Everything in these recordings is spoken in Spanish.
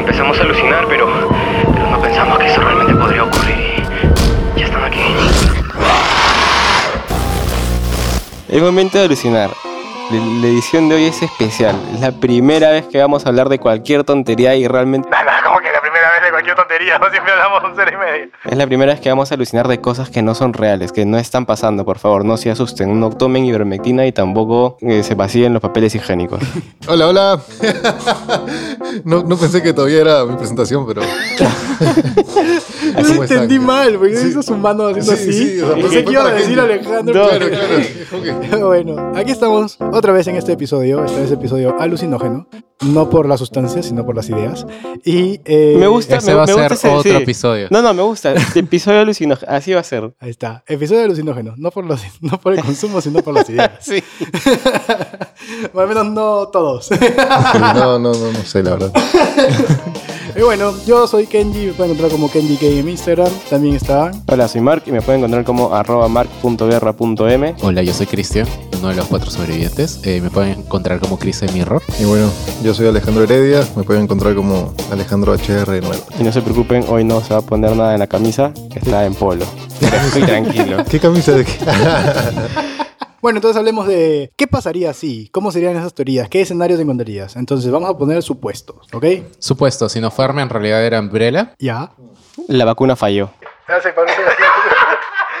El momento de alucinar. La edición de hoy es especial. Es la primera vez que vamos a hablar de cualquier tontería y realmente Como que la primera vez de cualquier tontería, ¿no? siempre hablamos un cero y medio. es la primera vez que vamos a alucinar de cosas que no son reales, que no están pasando. Por favor, no se asusten, no tomen ivermectina y tampoco eh, se vacíen los papeles higiénicos. Hola, hola. No, no pensé que todavía era mi presentación, pero. Yo ¿Cómo lo están? entendí mal, porque Sí. hizo su mano haciendo Sí, así. sí, o sea, pues, Pensé que iba a para la decir gente. Alejandro. No, pero- Claro, claro. Dijo que- Bueno, aquí estamos otra vez en este episodio, este es episodio alucinógeno, no por las sustancias, sino por las ideas. Y eh, Me gusta, Ese me, va a me ser gusta ese- otro sí. episodio. No, no, me gusta. Este episodio alucinó. Así va a ser. Ahí está, episodio alucinógeno, no por los, no por el consumo, sino por las ideas. Sí. o al menos no todos. No, no, no, no sé, la verdad. y bueno, yo soy Kenji, me pueden encontrar como Kenji Gay en Instagram, también está. Hola, soy Mark y me pueden encontrar como arroba mark.guerra.m. Hola, yo soy Cristian, uno de los cuatro sobrevivientes. Eh, me pueden encontrar como Chris en mi error. Y bueno, yo soy Alejandro Heredia. Me pueden encontrar como Alejandro HR9. Y no se preocupen, hoy no se va a poner nada en la camisa, está en polo. Estoy tranquilo. ¿Qué camisa de qué? Bueno, entonces hablemos de qué pasaría si, cómo serían esas teorías, qué escenarios encontrarías. Entonces vamos a poner supuestos, ¿ok? Supuesto, si no fue Arma, en realidad era Umbrella. Ya. La vacuna falló.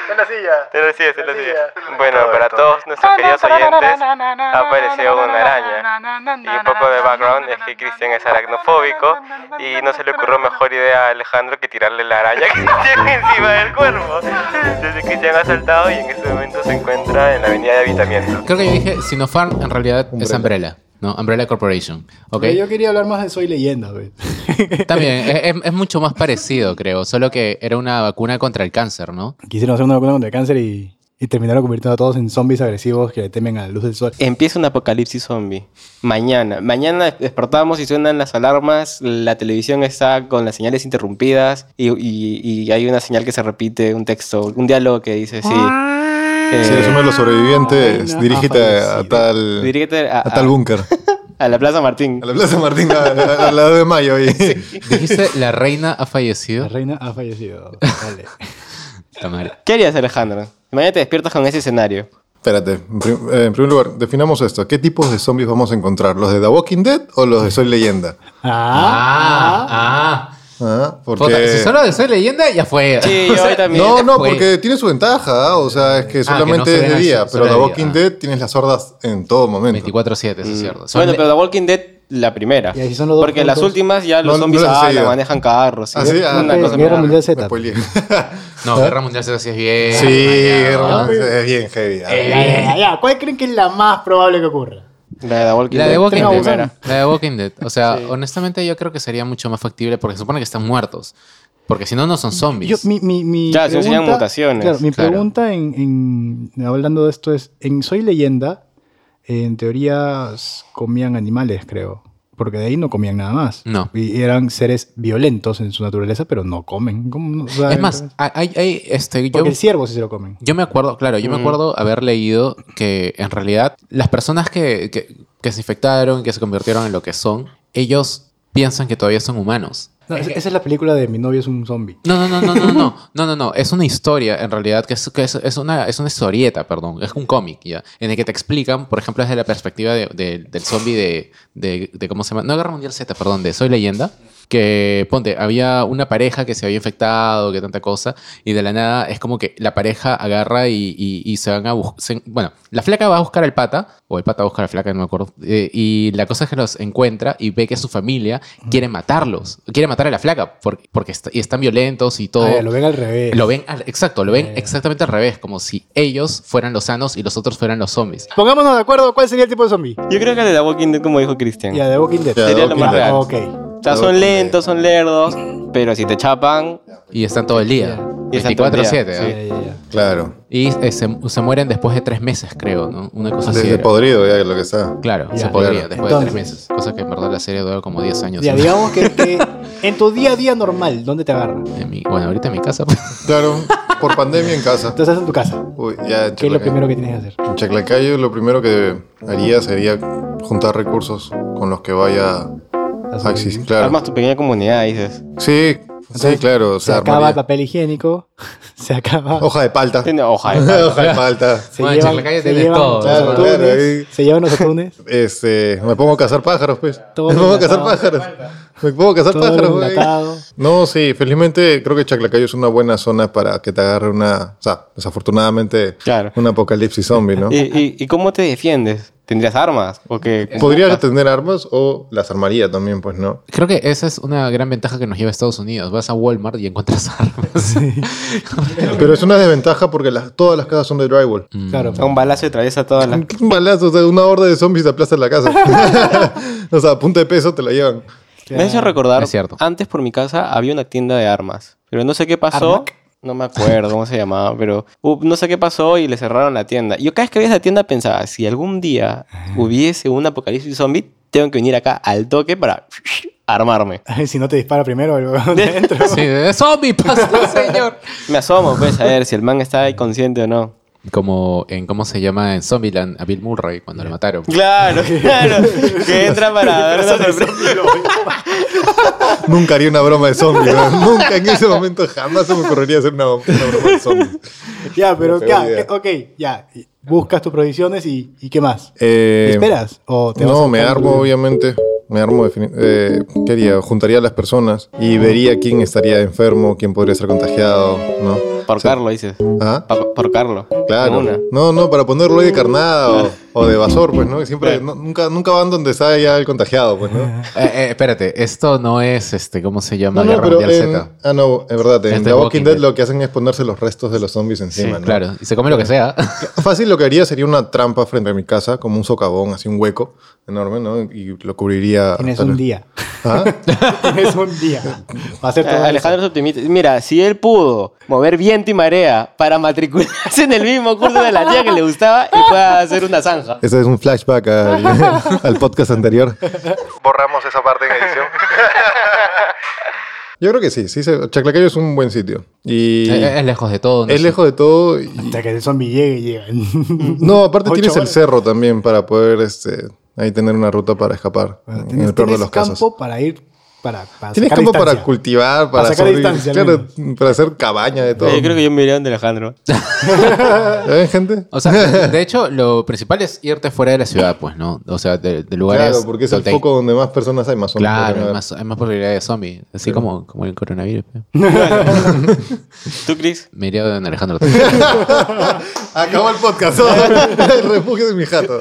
Te lo decía, te lo decía. Bueno, para todos nuestros queridos oyentes, ha aparecido una araña. Y un poco de background es que Cristian es aracnofóbico y no se le ocurrió mejor idea a Alejandro que tirarle la araña que tiene encima del cuerpo. Entonces Cristian ha saltado y en este momento se encuentra en la avenida de habitamiento. Creo que yo dije Sinopharm en realidad es Umbrella, ¿no? Umbrella Corporation. ¿Ok? Pero Yo quería hablar más de Soy Leyenda, güey. También, es, es- es mucho más parecido, creo. Solo que era una vacuna contra el cáncer, ¿no? Quisieron hacer una vacuna contra el cáncer y, y terminaron convirtiendo a todos en zombies agresivos que le temen a la luz del sol. Empieza un apocalipsis zombie. Mañana. Mañana despertamos y suenan las alarmas. La televisión está con las señales interrumpidas. Y, y- y hay una señal que se repite, un texto, un diálogo que dice: Sí. Ah. eh, Si eres uno de los sobrevivientes, Ay, no, Ah, dirígete ha a, fallecido. tal. dirígete a, A tal búnker. a- a la Plaza Martín. A la Plaza Martín, a- a- al lado de Mayo. ahí. Dijiste, la reina ha La fallecido. reina ha fallecido. Vale. Puta madre. ¿Qué harías, Alejandro? Mañana te despiertas con ese escenario. Espérate, en, prim- eh, en primer lugar, definamos esto. ¿Qué tipos de zombies vamos a encontrar? ¿Los de The Walking Dead o los de Soy Leyenda? Ah, Ah, ah. Ah, porque... Puta, Si solo de soy leyenda, ya fue. Sí, O sea, hoy también. No, no, Fue. porque tiene su ventaja, ¿ah? o sea, es que Ah, que no solamente se es ven de así, día, solo pero de The día, Walking ah. Dead tienes las hordas en todo momento. 24-7, eso es cierto. Son Mm. Bueno, le- pero The Walking Dead, la primera. Y ahí son los dos Porque las puntos. últimas ya los No, no zombies las he ah, la seguido. manejan carros. Ah, sí, ah, una ok, cosa Guerra mala. Mundial Me Z. spoileé. No, ¿Ah? Guerra Mundial Z sí es bien. sí, mañana, Guerra Eh, ¿no? Eh, Mundial Z es bien heavy. ah. Ya, ya, ya, ya. ¿Cuál creen que es la más probable que ocurra? La de The Walking La Dead. de Walking la Dead. primera. La de Walking Dead. O sea, honestamente yo creo que sería mucho más factible porque se supone que están muertos. Porque si no, no son zombies. Yo, mi, mi, mi Claro, si no serían mutaciones, Claro, mi claro. pregunta en, en- hablando de esto es, en Soy Leyenda, en teoría s- comían animales, creo. Porque de ahí no comían nada más. No. Y eran seres violentos en su naturaleza, pero no comen. ¿Cómo no? O sea, Es más, hay, hay- este, yo, Ah, Porque el ciervo sí se lo comen. yo me acuerdo, claro, yo me acuerdo haber leído que en realidad las personas que, que, que se infectaron, que se convirtieron en lo que son, ellos piensan que todavía son humanos. No, esa, esa es la película de Mi novio es un zombie. No, no, no, no, no, no, no, no, no. Es una historia, en realidad, que es, que es, es una, es una historieta, perdón. Es un cómic, ya. En el que te explican, por ejemplo, desde la perspectiva de- de- del zombie de, de, de ¿Cómo se llama? No, Guerra Mundial Z, perdón, de Soy Leyenda. Que, ponte, había una pareja que se había infectado, que tanta cosa. Y de la nada es como que la pareja agarra y, y- y se van a buscar. Bueno, la flaca va a buscar al pata, o el pata va a buscar a la flaca, no me acuerdo. eh, y la cosa es que los encuentra y ve que su familia quiere matarlos. Quiere matar a la flaca porque, porque est- y están violentos y todo. Ah, ya, lo ven al revés. Lo ven al- exacto, lo ven Eh. exactamente al revés, como si ellos fueran los sanos y los otros fueran los zombies. Pongámonos de acuerdo cuál sería el tipo de zombie. Yo creo que la de The Walking Dead, como dijo Cristian. Ya, de Walking Dead. Ya, Sería The lo Walking más Dead. real. Ah, O ok. sea, The Walking son lentos, son lerdos, pero si te chapan, Y están todo el día. Y están todo el día, 24-7. sí. ¿eh? Ya, ya, ya. Claro, Y eh, se, se mueren después de tres meses, creo, ¿no? Una cosa así. desde era. podrido ya lo que está. Claro, Ya. se podría, Claro. después de tres Entonces. meses. Cosa que en verdad la serie duró como 10 años. Ya, digamos que, que en tu día a día normal, ¿dónde te agarra? En mi- bueno, ahorita en mi casa. pues. Claro, por pandemia en casa. Entonces estás en tu casa. Uy, ya, en ¿Qué es lo Chaclacayo. primero que tienes que hacer? En Chaclacayo lo primero que haría sería juntar recursos con los que vaya a A existir. sobrevivir. Claro. armas tu pequeña comunidad, dices. Sí, Sí, claro. o Se sea, acaba el Pues armaría. papel higienico, se acaba. Hoja de palta. Tiene hoja de palta. Hoja de palta. se Bueno, en llevan, la calle se tiene llevan todo, los claro, atunes, claro, ahí. se llevan los atunes, Este, me pongo a cazar pájaros, pues. Todo me pongo a cazar enlatado. pájaros. Me pongo a cazar todo pájaros, güey. enlatado. No, sí, felizmente creo que Chaclacayo es una buena zona para que te agarre una. O sea, desafortunadamente, Claro. un apocalipsis zombie, ¿no? ¿Y, y, y cómo te defiendes? ¿Tendrías armas? Porque Podrías tener armas o las armaría también, pues, ¿no? Creo que esa es una gran ventaja que nos lleva a Estados Unidos. Vas a Walmart y encuentras armas. Pero es una desventaja porque las, todas las casas son de drywall. Mm. Claro. pues. un balazo atraviesa toda la... Mm. Un balazo, o sea, una horda de zombies te aplasta la casa. o sea, a punta de peso te la llevan. Me has hecho recordar, Es cierto. antes por mi casa había una tienda de armas, pero no sé qué pasó. ¿Armac? No me acuerdo cómo se llamaba, pero uh, no sé qué pasó y le cerraron la tienda. Yo cada vez que veía esa tienda pensaba, si algún día hubiese un apocalipsis zombie, tengo que venir acá al toque para armarme. Ay, si no te dispara primero, el huevón de dentro. Sí, de zombie, pastor, señor. Me asomo, pues, a ver si el man está ahí consciente o no. Como en, ¿cómo se llama? En Zombieland, a Bill Murray cuando lo mataron. Claro, claro. Que entra para dar una sorpresa. Nunca haría una broma de zombies, ¿no? Nunca en ese momento jamás se me ocurriría hacer una, una broma de zombies. ya, pero Qué ya, eh, buena idea. ok, ya. Buscas tus provisiones y, y ¿qué más? Eh, ¿Esperas? ¿O te vas No, a me buscar armo, un- obviamente. Me armo, defini- eh, ¿qué haría? Juntaría a las personas y vería quién estaría enfermo, quién podría estar contagiado, ¿no? Por O sea, Carlo, dices. Ajá, Pa- por Carlo. claro. Una. No, no, para ponerlo ahí de carnada o, o de vasor, pues, ¿no? Siempre, no- nunca, nunca van donde está ya el contagiado, pues, ¿no? Eh, eh, espérate, esto no es, este, ¿cómo se llama? No, no, Guerra pero Mundial en, Z. ah, no, es verdad, en Es The Walking Dead lo que hacen es ponerse los restos de los zombies encima, ¿no? Claro, y se come lo que sea. Fácil lo que haría sería una trampa frente a mi casa, como un socavón, así un hueco enorme, ¿no? Y lo cubriría. Tienes tal un vez- día. Ajá. Tienes un día. Va a ser Eh, todo Alejandro es optimista. Mira, si él pudo mover viento y marea para matricularse en el mismo curso de la tía que le gustaba, él pueda hacer una zanja. Ese es un flashback al, al podcast anterior. Borramos esa parte en edición. Yo creo que sí, sí. se- Chaclacayo es un buen sitio. Y Eh, eh, es lejos de todo. no es sé. lejos de todo. y- Hasta que el zombie llegue y llega. no, aparte Ocho tienes el horas. cerro también para poder este, ahí tener una ruta para escapar. Bueno, en el tienes peor de tienes los campo casos. para ir, para, para Tienes sacar campo para distancia. cultivar, para, sacar sobrevivir, distancia, al claro, para hacer cabaña de todo. Eh, Yo creo que yo me iría donde Alejandro. ¿Ven, gente? Ah, O sea, de hecho, lo principal es irte fuera de la ciudad, pues, ¿no? O sea, de, de lugares. Claro, porque es el donde hay- foco donde más personas hay, más o menos. Claro, hay más, hay más probabilidad de zombie. Así como, como el coronavirus. pe. ¿Tú, Chris? Me iría de Alejandro también. Acabó el podcast. el refugio de mi jato.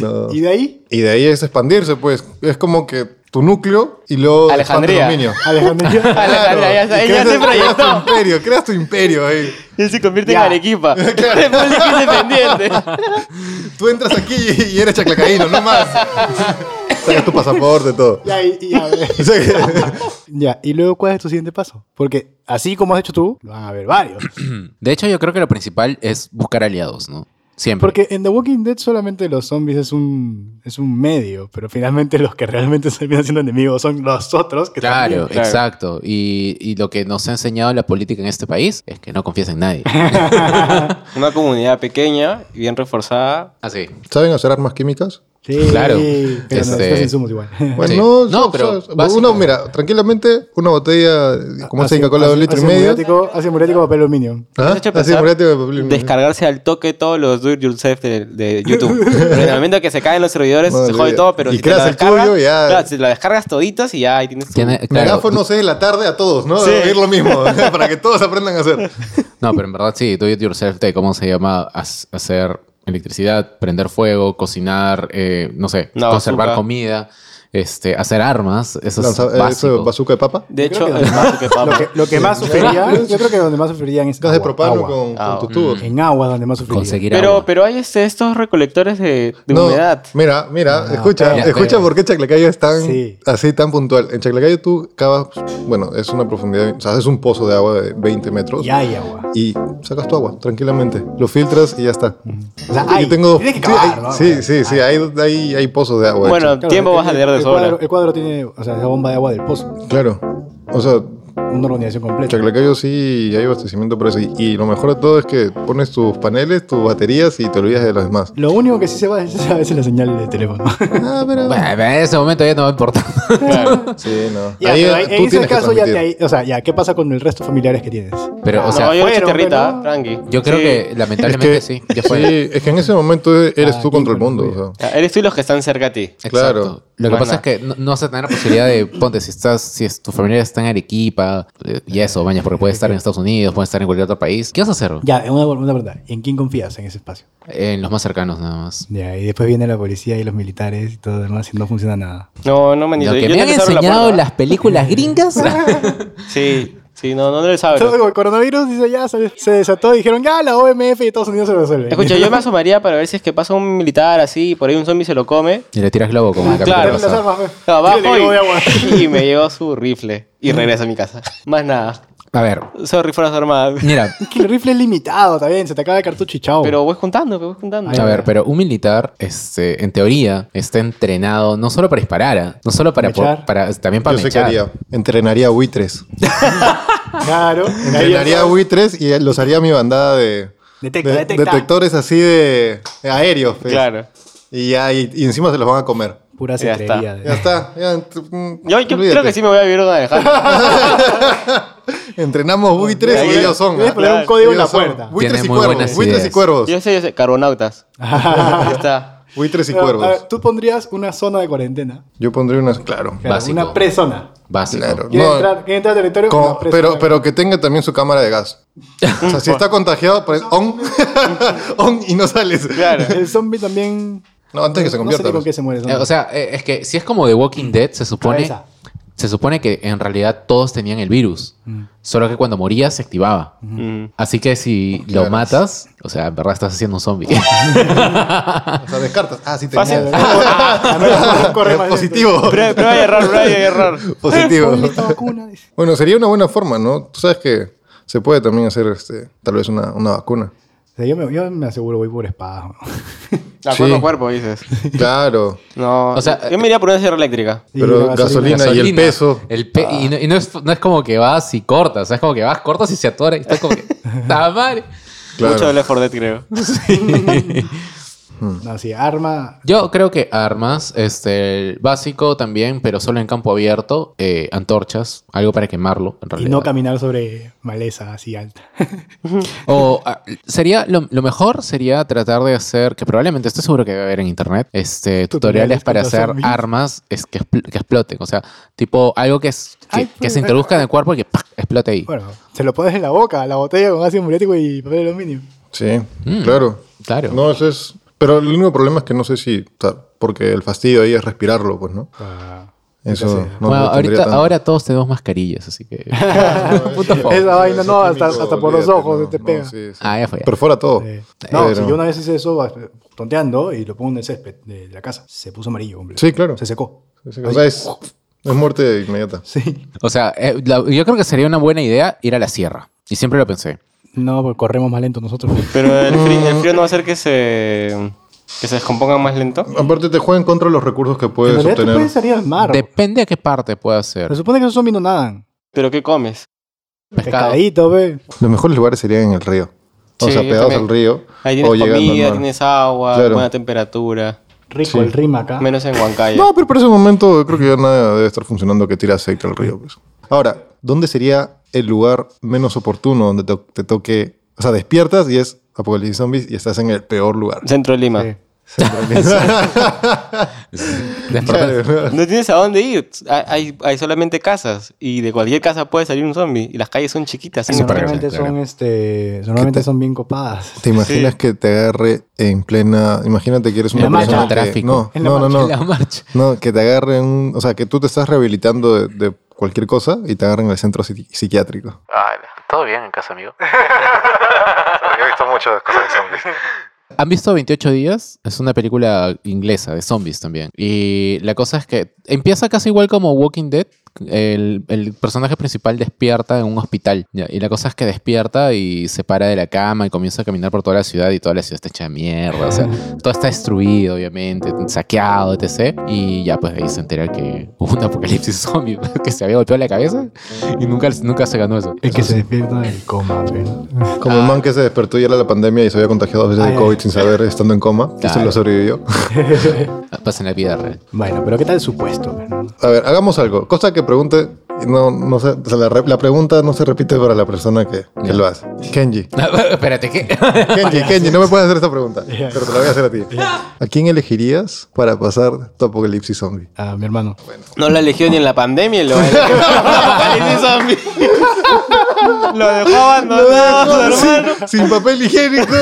No. Y de ahí, Y de ahí es expandirse, pues. Es como que tu núcleo y luego expande tu Alejandría. dominio. Alejandro. Alejandro, ya, está, Y ella creas- se Creas tu proyectó. imperio, creas tu imperio ahí. Él se convierte Ya. en Arequipa. República Independiente. Tú entras aquí y, y eres chaclacaíno, no más. Sacas tu pasaporte, todo. Ya, y, y a ver. O sea que- Ya, y luego, ¿cuál es tu siguiente paso? Porque así como has hecho tú, van a haber varios. De hecho, yo creo que lo principal es buscar aliados, ¿no? Siempre. Porque en The Walking Dead solamente los zombies es un, es un medio, pero finalmente los que realmente se terminan siendo enemigos son los otros que Claro, también- claro. exacto. Y, y lo que nos ha enseñado la política en este país es que no confíes en nadie. Una comunidad pequeña y bien reforzada. Así. ¿Saben hacer armas químicas? Sí, Claro. Pero no, Este- necesitas insumos igual. Bueno, Sí. no, No, so- pero so- básico. uno, mira, tranquilamente, una botella, Ah, como se cola de un litro y Ácido medio. muriático- Ácido muriático, papel aluminio. ¿Ah? ¿Te has hecho Así, pensar? muriático de papel. Descargarse al toque todos los do it yourself de, de YouTube. Pero en el momento que se caen los servidores, Madre se jode mía. todo, pero Y si te creas lo el descargas- tuyo, ya. Claro, si lo descargas toditos y ya ahí tienes tu- Tiene- claro. Megáfono 6 de la tarde a todos, ¿no? Sí. Es lo mismo, para que todos aprendan a hacer. No, pero en verdad sí, do it yourself de cómo se llama Haz- hacer electricidad, prender fuego, cocinar, eh, no sé, Una conservar bazooka. comida, este, hacer armas, eso Lanza- es eh, eso, básico. bazooka de papa. De Yo creo hecho, que es más que Lo papa. que, lo que más sufriría, yo creo que donde más sufrirían es Gas de agua, propano agua. con, con Ah, tus tubos. En agua donde más sufriría. Conseguir Pero, agua. pero hay este, estos recolectores de, de humedad. Mira, mira, Ah, escucha, pero- escucha pero- por qué Chaclacayo es tan Sí. así tan puntual. En Chaclacayo tú cavas, bueno, es una profundidad, o sea, es un pozo de agua de 20 metros Y hay agua. y sacas tu agua tranquilamente, lo filtras y ya está. O sea, hay. Yo tengo Mm. Tienes que sí, cavar, hay- ¿no? sí, sí, sí, hay, hay, hay pozos de agua. de Bueno, hecho. Claro, tiempo el- vas a leer de el sobra. cuadro- el cuadro tiene, o sea, la bomba de agua del pozo. claro. O sea, una organización completa. Chaclacayo sí hay abastecimiento por eso. Y, y lo mejor de todo es que pones tus paneles, tus baterías y te olvidas de los demás. Lo único que sí se va es a veces la señal de teléfono. Ah, pero. Bueno, en ese momento ya no me importa. Sí, no. Ya, Ahí pero tú en ese tienes que caso ya te transmitir. O sea, ya, ¿qué pasa con el resto de familiares que tienes? Pero, o sea, no, yo le eché fueron, tierrita, pero- tranqui. yo creo Sí. que lamentablemente sí. Ya fue. Sí, es que en ese momento e-, eres Ah, tú contra el aquí, mundo. bueno, o sea. Ah, Eres tú y los que están cerca a ti. Exacto. Claro. Lo que Bueno. pasa es que no, no vas a tener la posibilidad de, ponte, si estás, si es- tu familia está en Arequipa, eh, y eso, bañas, porque puede estar en Estados Unidos, puede estar en cualquier otro país. ¿Qué vas a hacer? Ya, una, una verdad. ¿En quién confías en ese espacio? En los más cercanos nada más. Ya, y después viene la policía y los militares y todo lo demás y no funciona nada. No, no me ni Lo que yo me no han les abro la enseñado puerta. las películas gringas. Sí, sí, no, no les abro. Entonces, con el coronavirus dice, ya, se, se desató y dijeron, ya, la OMF y Estados Unidos se resuelve. Escucha, yo me asomaría para ver si es que pasa un militar así y por ahí un zombie se lo come. y le tiras globo como en el Claro. capítulo Las pasado. armas, pues. Lo Abajo Abajo y, y me llevo su rifle Mm. y regreso a mi casa. Más nada. A ver, Sorry, Fuerzas Armadas. mira, Que el rifle es limitado también, se te acaba el cartucho y chao. Pero voy juntando, voy juntando. A ver, pero un militar, este, en teoría, está entrenado no solo para disparar, ah, no solo para, Mechar. po- para también para Yo sé qué mechar. haría. Entrenaría buitres. claro, ahí Entrenaría buitres y los haría mi bandada de. Detecta, de- detecta. Detectores así de. de aéreos. pues. Claro. Y, ya, y, y encima se los van a comer. pura Ya cetrería. Ya está. ya, ent- mm, Yo, yo olvídate. creo que sí me voy a vivir a Don Alejandro. Entrenamos buitres y Ahí- ellos son. Debes ah. poner un Claro, código en la Ellos son puerta. Buitres Tiene y muy cuervos. buenas Buitres y ideas. cuervos. Yo sé, yo sé, carbonautas. Ah. Ahí está. Buitres y Pero, a ver, cuervos. Tú pondrías una zona de cuarentena. Yo pondría unas. Claro. Claro, Básico. Una pre-zona. Básico. Claro. ¿Quieres No, entrar, quieres entrar al territorio? Como- Una pre-zona. pero, pero que tenga también su cámara de gas. O sea, si está contagiado, pues on, on y no sales. Claro. El zombie también. No, antes que se No sé convierta. ni con qué pues. se muere. el Eh, zombie. O sea, eh, es que si es como The Walking Dead, se supone, esa. se supone que en realidad todos tenían el virus. Solo que cuando morías se activaba. Mm. Así que si lo matas, o sea, en verdad estás haciendo un zombie. O sea, descartas. Ah, sí, Fácil. tenía. Ah, Corre más lento. Positivo. Prueba prueba y error, prueba y error. Positivo. Ponle esta vacuna, dice. Bueno, sería una buena forma, ¿no? Tú sabes que se puede también hacer este, tal vez una, una vacuna. O sea, yo, me, yo me aseguro, voy por espada. La Sí. cuerpo a cuerpo, dices. Claro. No, O sea, yo me iría por una sierra eléctrica. Y Pero la gasolina. y el peso. el pe- Y, no, y no es, no es como que vas y cortas, o sea, es como que vas, cortas y se atora. Y estás como que. ¡Ta madre! Claro. Mucho de Left 4 Dead, creo. No, sí, arma. Yo creo que armas, este, el básico también, pero solo en campo abierto, eh, antorchas, algo para quemarlo, en Y realidad. no caminar sobre maleza así alta. o ah, sería lo, lo mejor sería tratar de hacer, que probablemente estoy seguro que va a haber en internet, este, Tutoriales tutoriales para contra hacer zombies. armas es que, expl- que exploten, o sea, tipo algo que, es- que, Ay, que pero- se introduzca en el cuerpo y que ¡pac! explote ahí. Bueno, se lo pones en la boca, la botella con ácido muriático y papel de aluminio. Sí, Mm. claro. Claro. No, eso es. Pero el único problema es que no sé si. o sea, porque el fastidio ahí es respirarlo, pues, ¿no? Eso Entonces, no Bueno, lo tendría ahorita, tanto. ahora todos tenemos mascarillas, así que... Puta Sí, favor. Esa vaina no, químico, hasta, hasta por los olvídate, ojos no, te no, pega. sí, sí. Ah, ya fue. ya. Perfora todo. Eh, No, Pero- si yo una vez hice eso eh, tonteando y lo pongo en el césped de la casa. Se puso amarillo, completo. Sí, claro. Se secó. O sea, es, es muerte inmediata. Sí. O sea, eh, la- yo creo que sería una buena idea ir a la sierra. Y siempre lo pensé. No, porque corremos más lento nosotros. Pero el frío, el frío no va a hacer que se, que se descompongan más lento. Aparte, te juegan contra los recursos que En puedes realidad tú obtener. puedes salir al mar. Depende a qué parte pueda ser. Se supone que esos zombies no nadan. ¿Pero qué comes? Pescado. Pescadito, ve. Los mejores lugares serían en el río. O Sí, sea, yo pegados también. al río. Ahí tienes o llegando al comida, mar. tienes agua, Claro. buena temperatura. Rico Sí. el rima acá. Menos en Huancayo. No, pero para ese momento yo creo que ya nada debe estar funcionando que tira aceite al río. Pues. Ahora, ¿dónde sería el lugar menos oportuno donde te, te toque? O sea, despiertas y es apocalipsis zombies y estás en el peor lugar. Centro de Lima. Sí. Despertar- No tienes a dónde ir. Hay, hay- hay solamente casas. Y de cualquier casa puede salir un zombie. Y las calles son chiquitas. Sí, ¿no? para- Normalmente claro. son, este, normalmente son bien copadas. ¿Te imaginas que te agarre en plena... Imagínate que eres una En la persona marcha. que- Tráfico. No, En la no, no, no. la marcha. No, que te agarren, o sea, que tú te estás rehabilitando de, de cualquier cosa y te agarren en el centro psiqui- psiquiátrico. Todo bien en casa, amigo. Yo he visto muchas cosas de zombies. ¿Han visto 28 días? Es una película inglesa de zombies también. Y la cosa es que empieza casi igual como Walking Dead, el, el personaje principal despierta en un hospital. ya, Y la cosa es que despierta y se para de la cama y comienza a caminar por toda la ciudad y toda la ciudad está hecha de mierda. O sea, todo está destruido, obviamente, saqueado, etc. Y ya pues de ahí se entera que hubo un apocalipsis zombie que se había golpeado la cabeza y nunca, nunca se ganó eso. El que se despierta del coma, weón. Como un man que se despertó y era la pandemia y se había contagiado dos veces de Ay, COVID sin saber, estando en coma. Y se Claro. lo sobrevivió. Pasa en la vida real. Bueno, pero ¿qué tal su puesto? weón? A ver, hagamos algo. Cosa que pregunte, no, no sé, o sea, la, re- la pregunta no se repite para la persona que, que Ya. lo hace. Kenji. Espérate, ¿qué? Kenji, Kenji, no me puedes hacer esta pregunta, pero te la voy a hacer a ti. ¿A quién elegirías para pasar tu apocalipsis zombie? A mi hermano. No la eligió ni en la pandemia, lo Apocalipsis zombie. Lo dejó abandonado, hermano. Sin papel higiénico.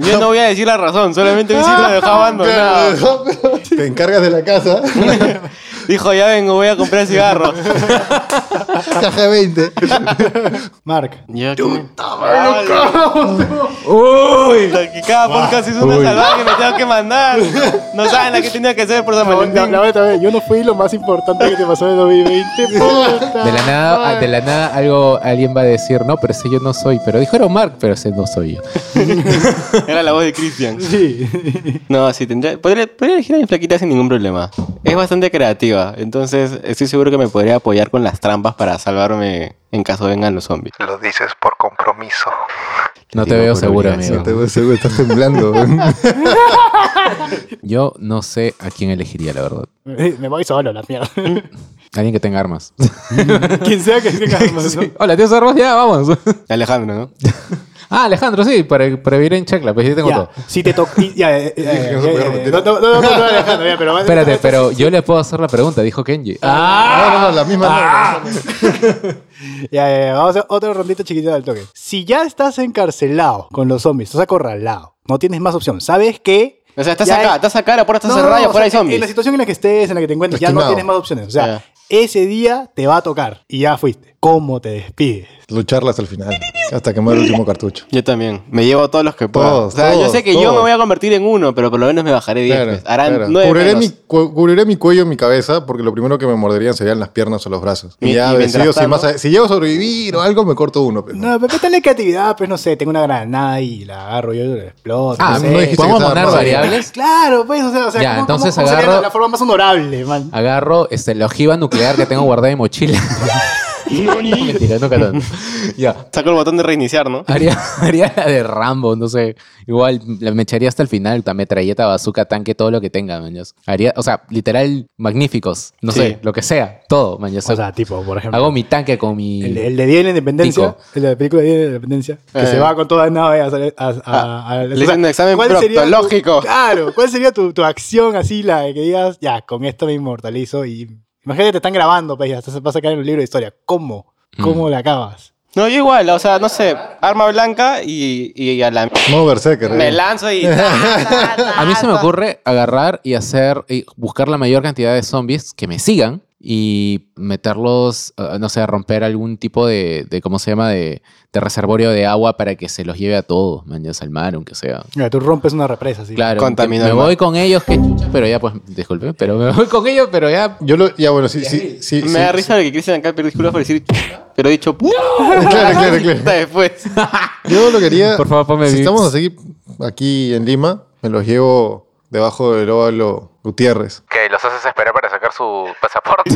Yo no voy a decir la razón, solamente voy a decir lo dejó abandonado. Te encargas de la casa. Dijo, ya vengo, voy a comprar cigarros. Caja 20. Mark. Ya, Uy, que cada podcast es una salvaje que me tengo que mandar. No saben la que tenía que hacer por San La, Valentín. la otra vez, yo no fui lo más importante que te pasó en el 2020. puta. De la nada, ah, de la nada algo, alguien va a decir, no, pero ese yo no soy. Pero dijo era Mark, pero ese no soy yo. Era la voz de Christian. Sí. No, sí, tendría. Podría, podría elegir a mi flaquita sin ningún problema. Es bastante creativa, entonces estoy seguro que me podría apoyar con las trampas para salvarme en caso vengan los zombies. Lo dices por compromiso. No te Digo, veo por seguro, obligación. amigo. Te voy a decir, güey, estás temblando. güey. Yo no sé a quién elegiría, la verdad. Me voy solo, la mierda. Alguien que tenga armas. Quien sea que tenga armas, ¿no? Hola, ¿tienes armas? Ya, vamos. Alejandro, ¿no? ah, Alejandro, sí, para, para vivir en Chacla, pues yo tengo Ya, todo. si te toca. Ya, ya, ya, eh, ya, ya, ya, ya. No, no, no, no, no, no, Alejandro, ya, pero. Espérate, pero yo le puedo hacer la pregunta, dijo Kenji. Ah, No, no, no, la misma. no, no, no. Ah. Ya, ya, ya, vamos a hacer otra rondita chiquitita del toque. Si ya estás encarcelado con los zombies, estás acorralado, no tienes más opción, ¿sabes qué? O sea, estás Ya acá, hay- estás acá, la puerta está No, cerrada y no, o afuera eh, hay sea, En zombies. la situación en la que estés, en la que te encuentres, ya no Estimado. tienes más opciones. O sea, Ya. ese día te va a tocar y ya fuiste. ¿Cómo te despides? Lucharla hasta el final. Hasta quemar el último cartucho. Yo también. Me llevo a todos los que pueda. Todos, o sea, yo todos, sé que yo todos. me voy a convertir en uno, pero por lo menos me bajaré 10. Claro, pues. Harán claro. 9 Cubriré mi, cu- cubriré mi cuello y mi cabeza porque lo primero que me morderían serían las piernas o los brazos. Y, Y- ya y mientras decido si, tanto- más a- si llego a sobrevivir o algo, me corto uno. pero- No, pero ¿qué tal la creatividad? Pues no sé, tengo una granada y la agarro yo y la exploto. no, ah, ¿no sé. dijiste ¿podemos que estaba poner armado. variables? Claro, pues, o sea, o sea Ya, ¿cómo- entonces cómo- cómo sería agarro- la forma más honorable, Ah, man. Agarro este, la ojiva nuclear que tengo guardada en mi mochila. Mentira, nunca tanto. Ya. Saco el botón de reiniciar, ¿no? Haría, haría la de Rambo, no sé. Igual la- me echaría hasta el final, la metralleta, bazooka, tanque, todo lo que tenga, maños. Haría, o sea, literal, magníficos, no Sí. sé, lo que sea, todo, maños. O sea, tipo, por ejemplo. hago mi tanque con mi. El, el de Día de la Independencia, Tico. el de la película de Día de la Independencia, que Eh. se va con toda la nave a, salir- a, a- a- le hacen un examen ¿cuál sería tu- proctológico. claro, ¿cuál sería tu, tu acción así, la de que digas, ya, con esto me inmortalizo y... Imagínate, te están grabando, pues, ya, se va a sacar en un libro de historia. ¿Cómo? ¿Cómo la acabas? No, yo igual, o sea, no sé, arma blanca y, y a la... No, Berserker. Me eh. lanzo y... A mí se me ocurre agarrar y hacer, y buscar la mayor cantidad de zombies que me sigan y meterlos, eh, no sé, a romper algún tipo de, de ¿cómo se llama? De, de reservorio de agua para que se los lleve a todos, maños al mar, aunque sea. Mira, tú rompes una represa, así. Claro, Contaminó me el voy mar. con ellos, que chucha, pero ya pues, disculpe, pero me voy con ellos, pero ya... Yo lo, ya bueno, sí, sí, sí. me sí, da sí. risa que Cristian acá perdió disculpas por decir... Pero he dicho... Claro, claro, Hasta claro. después. Yo lo quería. Por favor, ponme Si beats. estamos aquí, aquí en Lima, me los llevo debajo del óvalo Gutiérrez. Que los haces esperar para sacar su pasaporte.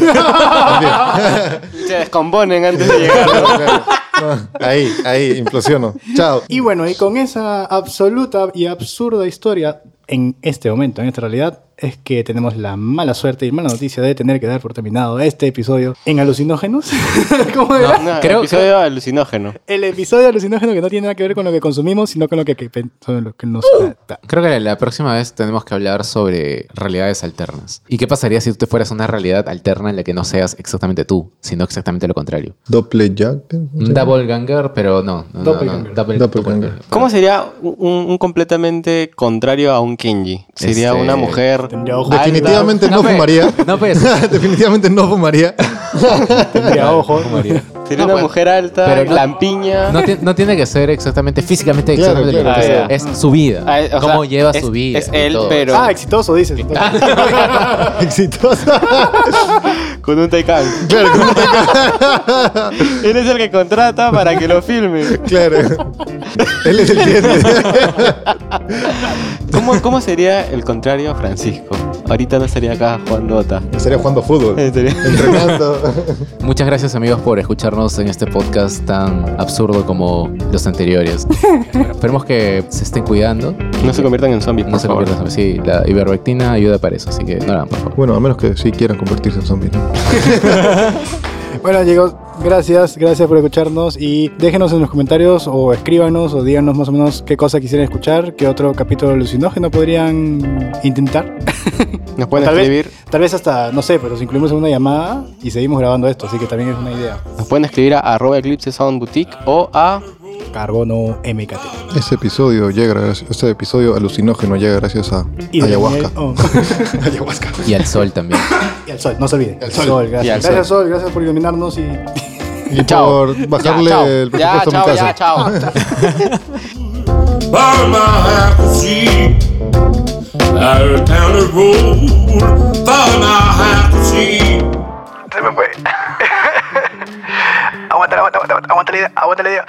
Se descomponen antes de llegar. Claro, claro. Ah, Ahí, ahí, implosiono. Chao. Y bueno, y con esa absoluta y absurda historia, en este momento, en esta realidad, es que tenemos la mala suerte y mala noticia de tener que dar por terminado este episodio en alucinógenos. ¿Cómo era? No, Creo- episodio alucinógeno. El episodio alucinógeno que no tiene nada que ver con lo que consumimos, sino con lo que, que pen- con lo que nos ata. Creo que la, la próxima vez tenemos que hablar sobre realidades alternas. ¿Y qué pasaría si tú fueras una realidad alterna en la que no seas exactamente tú, sino exactamente lo contrario? Doppelganger. Un double ganger, pero no. no, no, no, Doppelganger. double- Doppelganger. doppelganger. ¿Cómo sería un, un completamente contrario a un Kenji? Sería Este, una mujer fumar. Tendría ojos. Definitivamente no pe, fumaría. No, pues. Definitivamente no fumaría. Tendría ojos. Sería No, una pues, mujer alta, pero no- lampiña. No, ti- no tiene que ser exactamente físicamente Claro, exactamente lo claro. que Ah, sea. Es su vida. Ah, o cómo sea, lleva es- su vida. es y él, todo. pero- Ah, exitoso, dices. entonces. Exitosa. Con un Taycan. Claro, con un Él es el que contrata para que lo filme. Claro. Él es el cliente. ¿Cómo, cómo sería el contrario a Francisco? Ahorita no estaría acá Juan Dota. Estaría jugando fútbol. Estaría- Entrenando. Muchas gracias amigos por escucharnos en este podcast tan absurdo como los anteriores. Bueno, esperemos que se estén cuidando. No se conviertan en zombies, No por se favor. conviertan en Sí, la ivermectina ayuda para eso, así que no la hagan, por favor. Bueno, a menos que sí quieran convertirse en zombies. ¿no? Bueno chicos, gracias, gracias por escucharnos y déjenos en los comentarios o escríbanos o díganos más o menos qué cosa quisieran escuchar, qué otro capítulo alucinógeno podrían intentar. Nos pueden Tal vez- escribir, Tal vez hasta, no sé, pero los incluimos en una llamada y seguimos grabando esto, así que también es una idea. nos pueden escribir a arroba eclipse sound boutique o a Carbono MKT. Este episodio llega gracias, este episodio alucinógeno llega gracias a ayahuasca. Oh. Ayahuasca. Y al sol también. y al sol, no se olviden. Al sol. gracias. Y al gracias sol, gracias por iluminarnos y... Y Chao. por bajarle Ya, chao. el Ya, presupuesto a chao, mi casa. ya, chao. Bottom I have to see. Our county road. Bottom I have to see. Se me fue. aguanta, aguanta, aguanta, aguanta la idea, aguanta la idea.